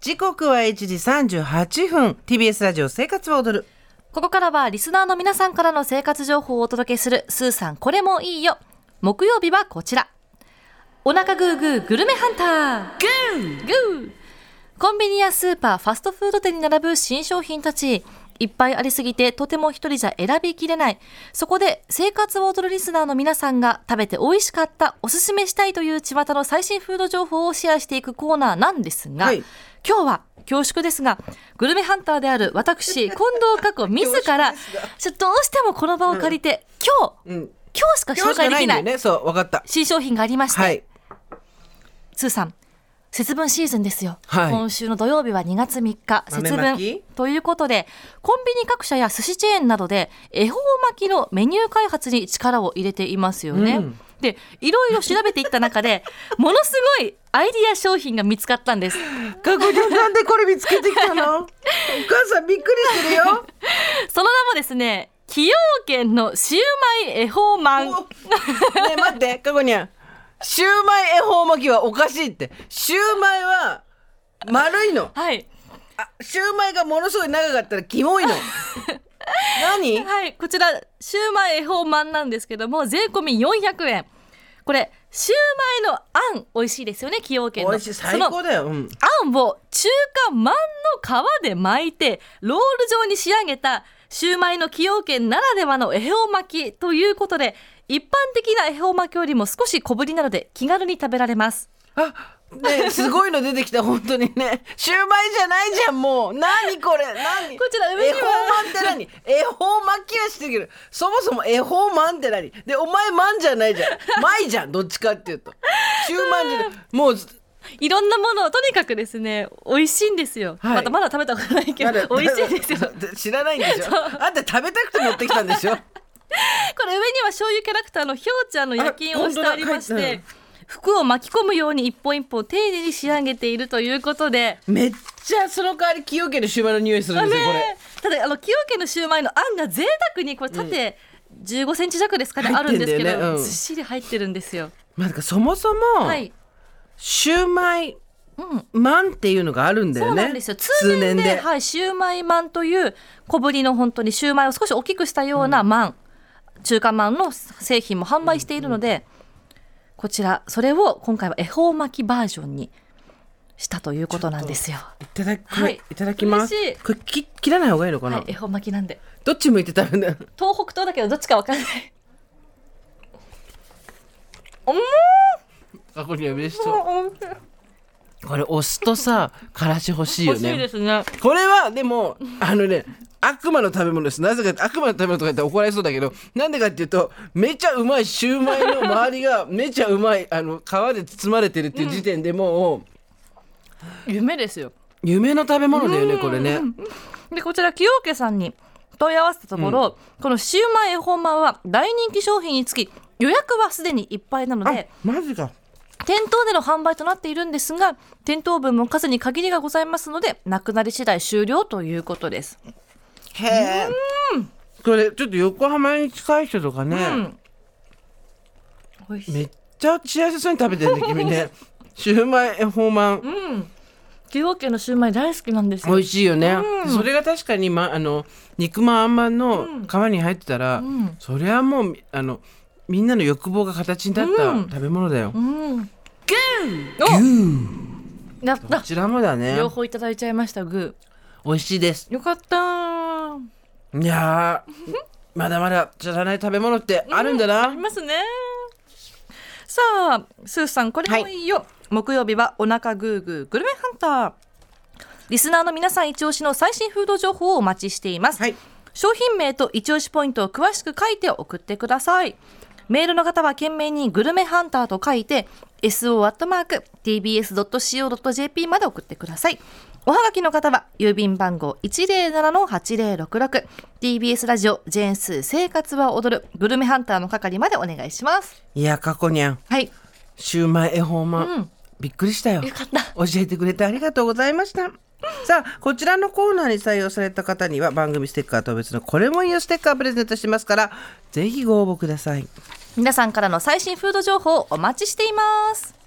時刻は1時38分 TBS ラジオ生活は踊るここからはリスナーの皆さんからの生活情報をお届けするスーさんこれもいいよ木曜日はこちらお腹グーグーグルメハンターグーグーコンビニやスーパーファストフード店に並ぶ新商品たちいっぱいありすぎてとても一人じゃ選びきれないそこで生活を踊るリスナーの皆さんが食べて美味しかったおすすめしたいという巷の最新フード情報をシェアしていくコーナーなんですが、はい今日は恐縮ですがグルメハンターである私近藤佳子自 らちょどうしてもこの場を借りて、今日、うん今日しか今日紹しか介でないきんだなよいねそう分かった新商品がありまして、はいスーさん節分シーズンですよ、はい今週の土曜日は2月3日豆節ま分きということでコンビニ各社や寿司チェーンなどで恵方巻きのメニュー開発に力を入れていますよね、うんでいろいろ調べていった 中でものすごいアイディア商品が見つかったんですかこちゃんなんでこれ見つけてきた のお母さんびっくりしてるよその名もですね崎陽軒のシウマイ恵方まんおねえ待ってかこにゃんシューマイ恵方巻きはおかしいってシューマイは丸いのはいあシューマイがものすごい長かったらキモい の何はい、こちらシューマイ恵方まんなんですけども税込み400円これシューマイのあん美味しいですよね崎陽軒の美味しい最その高だよ、うん、あんを中華まんの皮で巻いてロール状に仕上げたシューマイの崎陽軒ならではの恵方巻きということで一般的な恵方巻きよりも少し小ぶりなので気軽に食べられますあね えすごいの出てきた本当にねシューマイじゃないじゃんもう何これ何こちら上恵に方はまんって何恵方巻きはしてるけどそもそも恵方まんって何でお前まんじゃないじゃんまいじゃんどっちかっていうとシューマンじゃないもういろんなものをとにかくですね美味しいんですよ、はいまだまだ食べたことないけまだど美味しいですよ知らないんでしょあんた食べたくて持ってきたんで しょこれ上には醤油キャラクターのひょうちゃんの夜勤あをしておりまし本当だ書いてて服を巻き込むように一本一本丁寧に仕上げているということで。めっちゃその代わり清家のシューマイの匂いするんですよこれねただあの清家のシューマイのあんが贅沢にこれ縦15センチ弱ですかね、入あってるんだんでよねすけど、うんずっしり入ってるんですよ。まあなんかそもそも、はい。シューマイうん。マンっていうのがあるんだそようねなんですよ。通年ではい、シューマイマンという小ぶりの本当にシューマイを少し大きくしたようなマン、中華マンの製品も販売しているので、こちらそれを今回は恵方巻きバージョンにしたということなんですよ。いただき、はいいただきます嬉しいこれ切切らない方がいいのかな、はい、恵方巻きなんでどっち向いて食べ るんだよ東北東だけどどっちかわかんない。あこれ嬉しそうこれお酢とさからし欲しいよ欲しいでねすね。これはでもあのね悪魔の食べ物ですなぜかって悪魔の食べ物とか言ったら怒られそうだけどなんでかっていうとめちゃうまいシューマイの周りが めちゃうまいあの皮で包まれてるっていう時点でもう、夢ですよ。夢の食べ物だよねこれねでこちら清家さんに問い合わせたところ、このシウマイ恵方まんは大人気商品につき予約はすでにいっぱいなのでマジか店頭での販売となっているんですが店頭分も数に限りがございますのでなくなり次第終了ということです、へえこれちょっと横浜に近い人とかね、うん美味しいめっちゃ幸せそうに食べてるね君 ねシューマイ恵方まん清家のシウマイ大好きなんです美よ味しいよね、それが確かに、ま、あの肉まんあんまんの皮に入ってたら、それはもうあのみんなの欲望が形に立った食べ物だよ、うんギューやっこたちらもだね両方いただいちゃいましたグ美味しいですーよかったーいやーまだまだ知らない食べ物ってあるんだな、ありますね。さあ、スーさん、これもいいよ。木曜日はお腹グーグーグルメハンター。リスナーの皆さん一押しの最新フード情報をお待ちしています。はい商品名と一押しポイントを詳しく書いて送ってください。メールの方は懸命にグルメハンターと書いて、so.tbs.co.jp まで送ってください。おはがきの方は郵便番号 107-8066TBS ラジオジェーンスー生活は踊るグルメハンターの係までお願いします。いやかこにゃんはい。シューマイ恵方まん、びっくりしたよよかった教えてくれてありがとうございましたさあこちらのコーナーに採用された方には番組ステッカーとは別のこれもいいよステッカーをプレゼントしてますからぜひご応募ください皆さんからの最新フード情報をお待ちしています。